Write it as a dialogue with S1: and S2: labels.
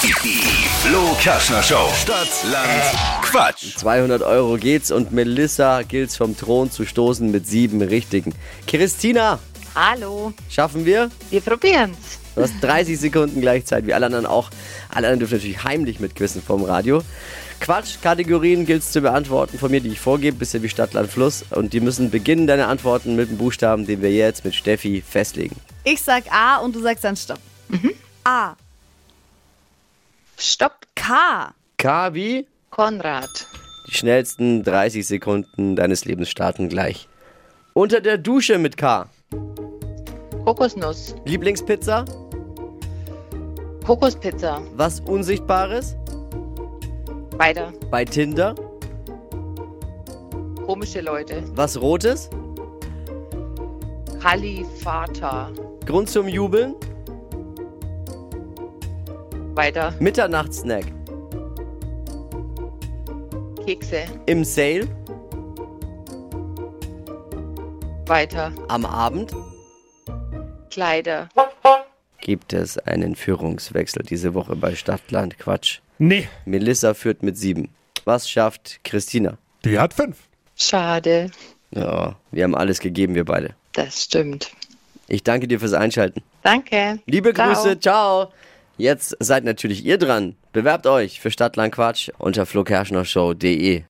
S1: Die Flo Kaschner Show. Stadt, Land, Quatsch.
S2: 200 Euro geht's und Melissa gilt's vom Thron zu stoßen mit sieben richtigen. Christina,
S3: Hallo,
S2: schaffen wir?
S3: wir probieren's.
S2: Du hast 30 Sekunden gleichzeitig, wie alle anderen auch. Alle anderen dürfen natürlich heimlich mitquissen vom Radio. Quatsch-Kategorien gilt's zu beantworten von mir, die ich vorgebe, bisschen wie Stadt, Land, Fluss. Und die müssen beginnen, deine Antworten mit dem Buchstaben, den wir jetzt mit Steffi festlegen.
S4: Ich sag A und du sagst dann Stopp. A.
S3: Stopp,
S4: K.
S2: K wie?
S3: Konrad.
S2: Die schnellsten 30 Sekunden deines Lebens starten gleich. Unter der Dusche mit K.
S3: Kokosnuss,
S2: Lieblingspizza?
S3: Kokospizza.
S2: Was Unsichtbares?
S3: Weiter.
S2: Bei Tinder?
S3: Komische Leute.
S2: Was Rotes?
S3: Kalifata.
S2: Grund zum Jubeln?
S3: Weiter.
S2: Mitternachtssnack.
S3: Kekse.
S2: Im Sale?
S3: Weiter.
S2: Am Abend?
S3: Kleider.
S2: Gibt es einen Führungswechsel diese Woche bei Stadtland? Quatsch.
S5: Nee,
S2: Melissa führt mit sieben. Was schafft Christina?
S5: die hat fünf.
S3: Schade.
S2: Ja, wir haben alles gegeben, wir beide.
S3: Das stimmt.
S2: Ich danke dir fürs Einschalten.
S3: Danke.
S2: Liebe
S3: Ciao.
S2: Grüße, ciao. Jetzt seid natürlich ihr dran. Bewerbt euch für Stadtland Quatsch unter flokerschnershow.de.